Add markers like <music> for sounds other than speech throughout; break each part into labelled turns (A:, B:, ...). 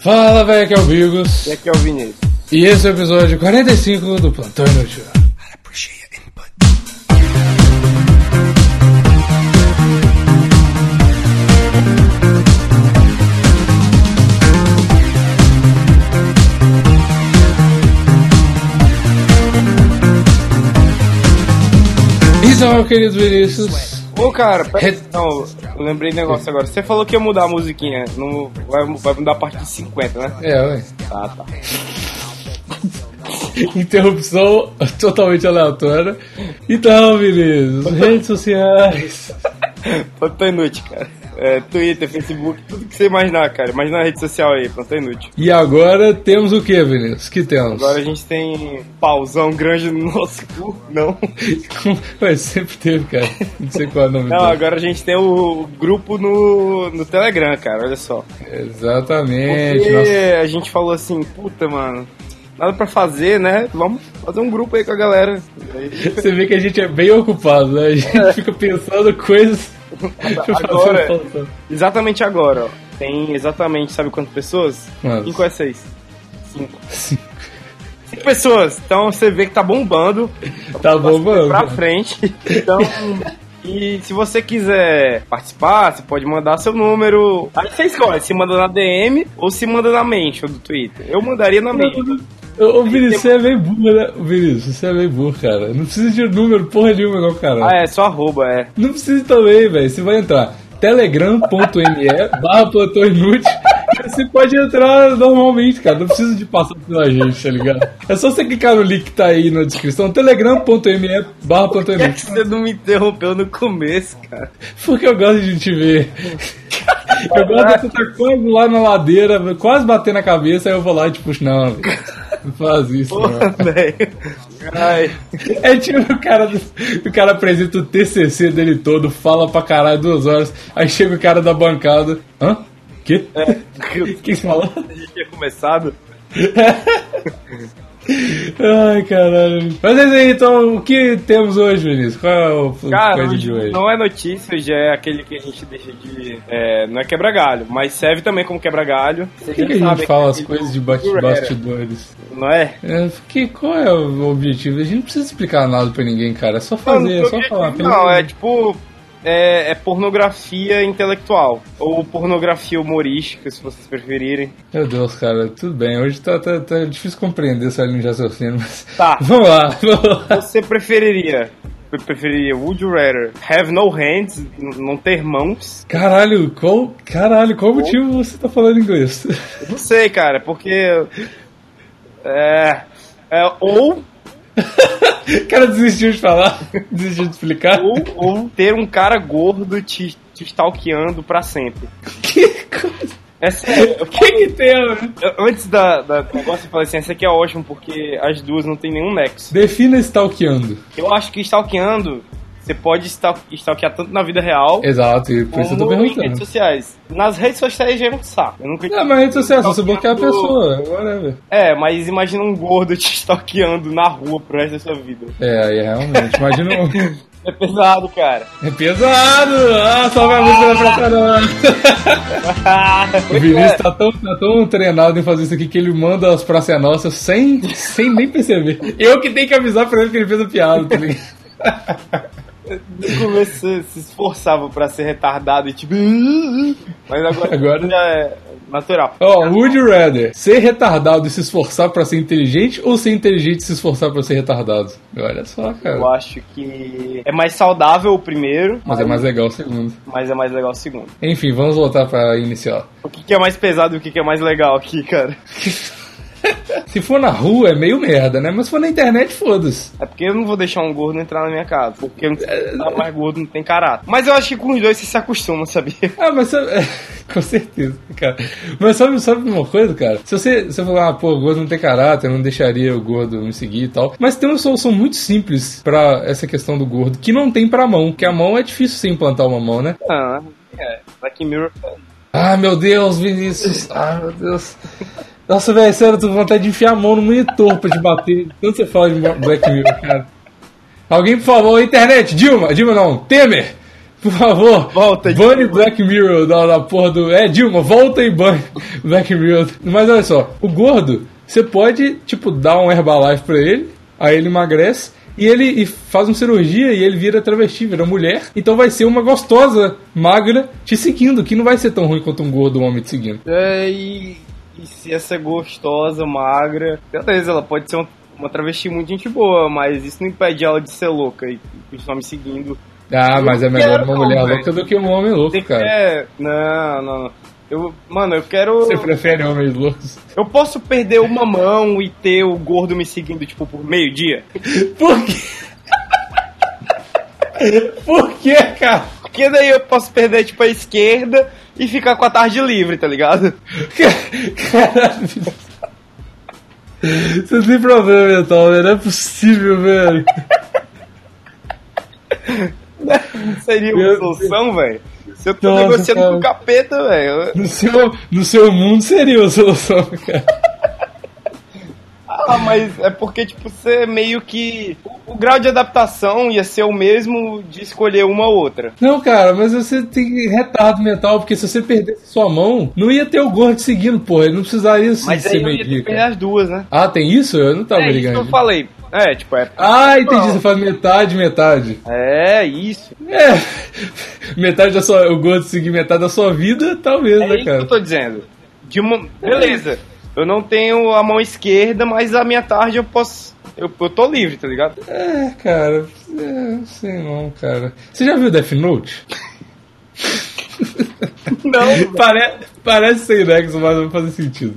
A: Fala, velho, aqui é o Bigos.
B: E aqui é o Vinícius.
A: E esse é o episódio 45 do Plantão Inútil. Então, meu querido Vinícius,
B: Ô, cara, pera,
A: Re-
B: não, eu lembrei de um negócio agora. Você falou que ia mudar a musiquinha. Não, vai, vai mudar a parte de 50, né?
A: é, ué.
B: Tá, <laughs> tá.
A: interrupção totalmente aleatória. Então, Vinícius, redes sociais.
B: Plantão inútil, cara. É, Twitter, Facebook, tudo que você imaginar, cara. Imagina a rede social aí, plantão inútil.
A: E agora temos o que, Vinícius? Que temos?
B: Agora a gente tem pauzão grande no nosso cu, não.
A: <laughs> Mas sempre teve, cara. Não sei qual é o nome
B: Não,
A: dele.
B: agora a gente tem o grupo no, no Telegram, cara, olha só.
A: Exatamente. É, Nossa,
B: Porque a gente falou assim, puta, mano, nada pra fazer, né? Vamos fazer um grupo aí com
A: <laughs>
B: a galera. Aí-
A: Você vê que a gente é bem ocupado, né? A gente fica pensando
B: <laughs>
A: coisas. pra fazer
B: É. Agora-
A: pauta.
B: Exatamente agora, ó. Tem exatamente, sabe quantas pessoas?
A: Quantas?
B: 5 é 6. <laughs> 5. 5 pessoas. Então você vê que tá bombando.
A: Tá bom,
B: Pra
A: mano.
B: frente. Então. E se você quiser participar, você pode mandar seu número. Aí você escolhe se manda na DM ou se manda na mention do Twitter. Eu mandaria na mention.
A: Ô, Vinícius, você é bem burro, né? Ô, Vinícius, você é bem burro, cara. Não precisa de número porra nenhuma, não, cara.
B: Ah, é, só arroba, é.
A: Não precisa também, velho. Você vai entrar telegram.me barra plantão inútil. Você pode entrar normalmente, cara. Não precisa de passar pela gente, tá ligado? É só você clicar no link que tá aí na descrição, telegram.me barra plantão
B: Por É que
A: inútil.
B: você não me interrompeu no começo, cara?
A: Porque eu gosto de te ver. Eu gosto de você estar quase lá na ladeira, quase bater na cabeça, aí eu vou lá e te puxo. Não, velho. Não faz isso,
B: Porra,
A: não.
B: velho. É. Ai. <laughs>
A: É tipo o cara, do- o cara apresenta o TCC dele todo, fala pra caralho duas horas, aí chega o cara da bancada. Hã? Quê? O <laughs> que você falou?
B: A gente tinha começado.
A: Ai, caralho. Mas é isso aí, então, o que temos hoje, Vinícius? Qual é o
B: Cara,
A: coisa
B: hoje
A: de hoje?
B: não é notícia, já é aquele que a gente deixa de. é, não é quebra-galho, mas serve também como quebra-galho.
A: Por que, que a gente fala as coisas de bate-
B: Rare.
A: bastidores?
B: Não é?
A: É, porque qual é o objetivo? A gente não precisa explicar nada pra ninguém, cara. É só
B: não,
A: fazer, é
B: não,
A: só falar.
B: Não, é tipo. É, é pornografia intelectual. Ou pornografia humorística, se vocês preferirem.
A: Meu Deus, cara, tudo bem. Hoje tá, tá- tá difícil compreender essa linha de raciocínio, mas. <laughs>
B: Tá.
A: Vamos lá, vamos lá.
B: Você preferiria. pre- Preferiria Would you rather have no hands, n- não ter mãos?
A: Caralho, qual. Caralho, qual motivo você tá falando <laughs> inglês?
B: Eu Não sei, cara, porque. É. é ou
A: O cara desistiu de falar, <laughs> desistiu de explicar.
B: ou, ou ter um cara gordo te, te stalkeando pra sempre.
A: Que coisa.
B: É sério, eu-
A: O que que tem, mano?
B: eu- antes da, da do negócio, eu falei assim, essa aqui é ótimo, porque as duas não tem nenhum nexo.
A: Defina stalkeando.
B: Eu acho que stalkeando, você pode stal- stalkear tanto na vida real
A: Exato, e por É, isso eu tô
B: como em redes
A: perguntando.
B: sociais. Nas redes sociais já é um saco. Eu nunca...
A: Ah, mas rede social, só você bloquear a pessoa, whatever.
B: É, mas imagina um gordo <laughs> te stalkeando na rua pro resto da sua vida.
A: É, aí realmente, imagina um... <laughs>
B: É pesado, cara.
A: É pesado! Ah, salve a música da Praça Norte!
B: Ah.
A: O Vinícius tá tão, tá tão treinado em fazer isso aqui que ele manda as Praça Nossa sem, sem nem perceber. Eu que tenho que avisar pra ele que ele fez a piada, tá ligado?
B: No começo você se esforçava pra ser retardado e tipo. Mas agora,
A: Agora- Oh.
B: já é natural.
A: Ó, would you rather ser retardado e se esforçar pra ser inteligente ou ser inteligente e se esforçar pra ser retardado? Olha só, cara.
B: Eu acho que é mais saudável o primeiro,
A: Mas é mais legal o segundo.
B: mas é mais legal o segundo.
A: Enfim, vamos voltar pra inicial.
B: O que, que é mais pesado e o que, que é mais legal aqui, cara?
A: Se for na rua é meio merda, né? Mas se for na internet, foda-se.
B: É porque eu não vou deixar um gordo entrar na minha casa. Porque eu não sei mais gordo não tem caráter. Mas eu acho que com os dois você se acostuma, sabia?
A: Ah, mas sabe... <laughs> Com certeza, cara. Mas sabe, sabe uma coisa, cara? Se você, se você falar, ah, pô, o gordo não tem caráter, eu não deixaria o gordo me seguir e tal. Mas tem uma solução muito simples pra essa questão do gordo, que não tem pra mão. Porque a mão é difícil você implantar uma mão, né?
B: Ah, é. Black Mirror.
A: Ah, meu Deus, Vinícius. Ah, meu Deus. Nossa, velho, sério, eu tô com vontade de enfiar a mão no monitor pra te bater. Tanto você fala de Black Mirror, cara. Alguém, por favor, internet, Dilma, Dilma não, Temer. Por favor,
B: Volta,
A: bane Black Mirror da, da porra do. É, Dilma, volta e bane Black Mirror. Mas olha só, o gordo, você pode, tipo, dar um Herbalife pra ele, aí ele emagrece. E ele e faz uma cirurgia e ele vira travesti, vira mulher. Então vai ser uma gostosa, magra, te seguindo, que não vai ser tão ruim quanto um gordo homem te seguindo.
B: É, e, e se essa gostosa, magra. Beleza, ela pode ser um- uma travesti muito gente boa, mas isso não impede ela de ser louca e continuar me seguindo.
A: Ah,
B: Eu
A: mas é
B: não
A: melhor
B: quero
A: uma
B: não,
A: mulher
B: velho.
A: louca do que um homem louco,
B: Tem que
A: cara.
B: é, Não, não, não. Eu, mano, eu quero.
A: Você prefere homens loucos?
B: Eu posso perder uma mão e ter o gordo me seguindo, tipo, por meio-dia?
A: Por quê? Por quê, É, cara?
B: Porque daí eu posso perder, tipo, a esquerda e ficar com a tarde livre, tá ligado? <laughs>
A: Caralho. Você tem problema mental, velho. Não é possível, velho.
B: Seria uma
A: Meu
B: solução, velho. Se eu tô
A: Nossa,
B: negociando
A: cara.
B: com o capeta, velho.
A: No seu, no seu mundo seria a solução, cara.
B: Ah, mas é porque, tipo, você meio que. O, o grau de adaptação ia ser o mesmo de escolher uma ou outra.
A: Não, cara, mas você tem retardo mental, porque se você perdesse sua mão, não ia ter o gordo seguindo, porra. Ele não precisaria se
B: Mas aí
A: ser
B: eu ia ter que
A: mendigo.
B: perder as duas, né?
A: Ah, tem isso? Eu não tava
B: é isso que
A: ligando.
B: eu falei. É, tipo, é.
A: Ah, entendi.
B: Não.
A: Você faz metade, metade.
B: É, isso.
A: É. Metade da sua. O gordo seguir metade da sua vida, talvez,
B: É
A: né,
B: isso que eu
A: cara?
B: tô dizendo. De uma... Beleza. Eu não tenho a mão esquerda, mas a minha tarde eu posso. Eu, eu tô livre, tá ligado?
A: É, cara. É, sei não, cara. Você já viu Death Note?
B: <laughs> Não,
A: Pare... Parece sem nexo, mas não faz sentido.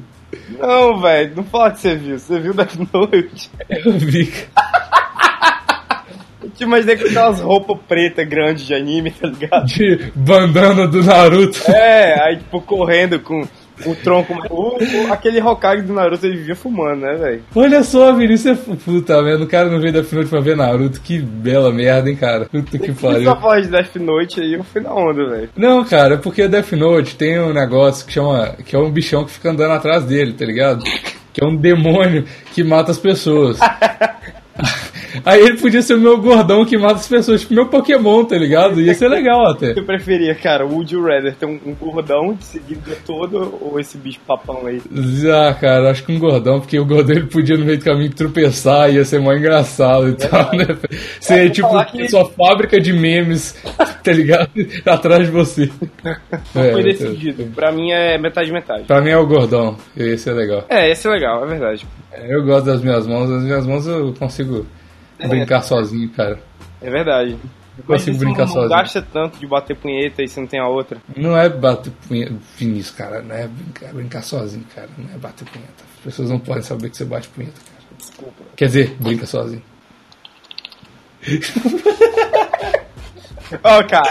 B: não, velho. Não fala que você viu. Você viu da <laughs> noite.
A: Eu vi, cara.
B: Eu te imaginei com aquelas roupas pretas grandes de anime, tá ligado?
A: de bandana do Naruto.
B: <laughs> É, aí tipo, correndo com o tronco. O, o- aquele Hokage do Naruto ele vivia fumando, né, velho?
A: Olha só, Vinícius, é fu- puta merda, o cara não veio da Finnote pra ver Naruto, que bela merda, hein, cara. Puta que
B: E
A: pariu.
B: só falar de Death Note aí, eu fui na onda, velho.
A: Não, cara, é porque Death Note tem um negócio que chama. que é um bichão que fica andando atrás dele, tá ligado? Que é um demônio que mata as
B: <laughs>
A: pessoas. Aí ele podia ser o meu gordão que mata as pessoas, tipo meu Pokémon, tá ligado? Ia ser legal até.
B: Você preferia, cara, o Would You Rather ter um, um gordão de seguida todo ou esse bicho papão aí?
A: Ah, cara, acho que um gordão, porque o gordão ele podia no meio do caminho tropeçar, ia ser mó engraçado e tal, né? Você,
B: vou
A: tipo,
B: falar que-
A: sua fábrica de memes, <laughs> tá ligado? Atrás de você. É,
B: Foi decidido. Pra mim é metade-metade.
A: Pra mim é o gordão, esse é legal.
B: É, esse é legal, é verdade.
A: Eu gosto das minhas mãos, as minhas mãos eu consigo brincar sozinho, cara.
B: É verdade.
A: Eu consigo
B: isso
A: brincar
B: não
A: sozinho.
B: gasta tanto de bater punheta e você não tem a outra.
A: Não é bater punheta, Vinícius, cara, não é brincar, brincar sozinho, cara, não é bater punheta. As pessoas não podem saber que você bate punheta, cara.
B: Desculpa.
A: Quer dizer, brinca <laughs> sozinho.
B: Ó, cara,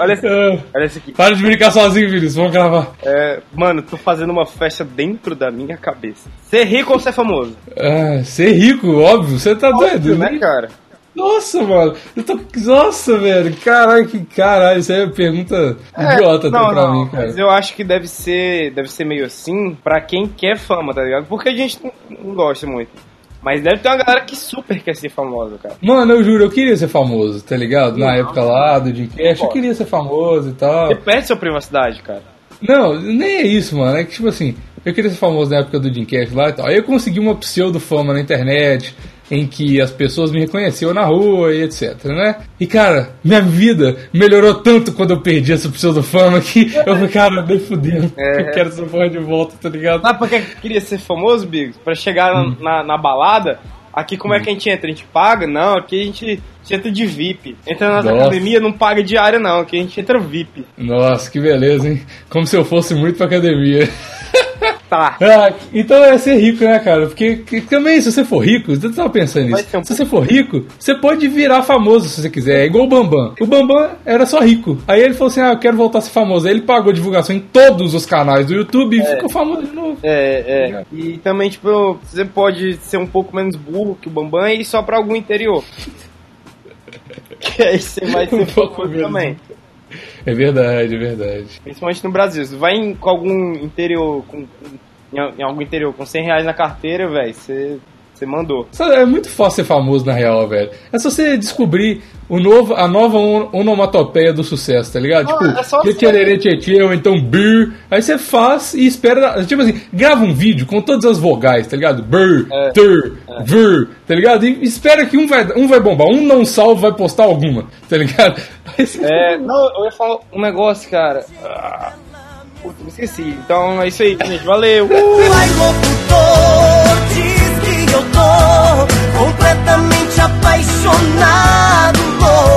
B: olha esse, olha esse aqui.
A: Para de brincar sozinho, Vinícius, vamos gravar.
B: É, mano, tô fazendo uma festa dentro da minha cabeça. Ser rico ou ser famoso?
A: Ah, ser rico, óbvio, você tá doido,
B: né,
A: né?
B: cara?
A: Nossa, mano, eu tô. Nossa, velho, caralho, que caralho, isso aí é uma pergunta idiota até pra mim, cara.
B: Mas eu acho que deve ser, deve ser meio assim pra quem quer fama, tá ligado? Porque a gente não, não gosta muito. Mas deve ter uma galera que super quer ser famosa, cara.
A: Mano, eu juro, eu queria ser famoso, tá ligado? Na época lá do Jim Cash, eu
B: Pô.
A: queria ser famoso e tal.
B: Você perde sua privacidade, cara.
A: Não, nem é isso, mano. É que, tipo assim, eu queria ser famoso na época do Jim Cash lá e tal. Aí eu consegui uma pseudo-fama na internet, em que as pessoas me reconheciam na rua e etc, né? E, cara, minha vida melhorou tanto quando eu perdi essa pseudo-fama que eu falei, cara, nem fudendo. Eu quero essa porra de volta, tá ligado?
B: Sabe por que eu queria ser famoso, Bigos? Pra chegar na-
A: Hum.
B: na, na balada, aqui como é que a gente entra? A gente paga? Não, aqui a gente, a gente entra de VIP. Entra na nossa
A: Nossa.
B: academia, não paga diária, não. Aqui a gente entra VIP.
A: Nossa, que beleza, hein? Como se eu fosse muito pra academia.
B: Tá.
A: Ah, então é ser rico, né, cara? Porque que- também, se você for rico, eu tava pensando
B: Vai
A: nisso.
B: ser um-
A: Se você for rico, você pode virar famoso se você quiser. É igual o Bambam. O Bambam era só rico. Aí ele falou assim: ah, eu quero voltar a ser famoso. Aí ele pagou divulgação em todos os canais do YouTube e ficou famoso de novo. Tá
B: É, é. E também, tipo, você pode ser um pouco menos burro que o Bambam e ir só pra
A: <laughs>
B: algum interior. que aí você vai ser
A: Um pouco
B: famoso
A: menos.
B: também.
A: É verdade, é verdade.
B: Principalmente no Brasil. Você vai em, com algum interior, com, com- em, em algum interior com 100 reais na carteira, velho, você, você você mandou.
A: É muito fácil ser famoso na real, velho. É só você descobrir o novo, a nova on- onomatopeia do sucesso, tá ligado?
B: Ah, é só
A: tipo,
B: você-
A: tchetchererê, tchetchê, ou então brr. Aí você faz e espera. Tipo assim, grava um vídeo com todas as vogais, tá ligado? Brr,
B: É,
A: ter, ver, tá ligado? E espera que um vai, um vai bombar, um não salvo vai postar alguma, tá ligado? <laughs> Aí você-
B: É, não, eu ia falar um negócio, cara. Ah, puta, me esqueci. Então é isso aí, gente. Valeu.
A: Uh!
C: Vai, locutor, diz que eu tô completamente apaixonado, louco.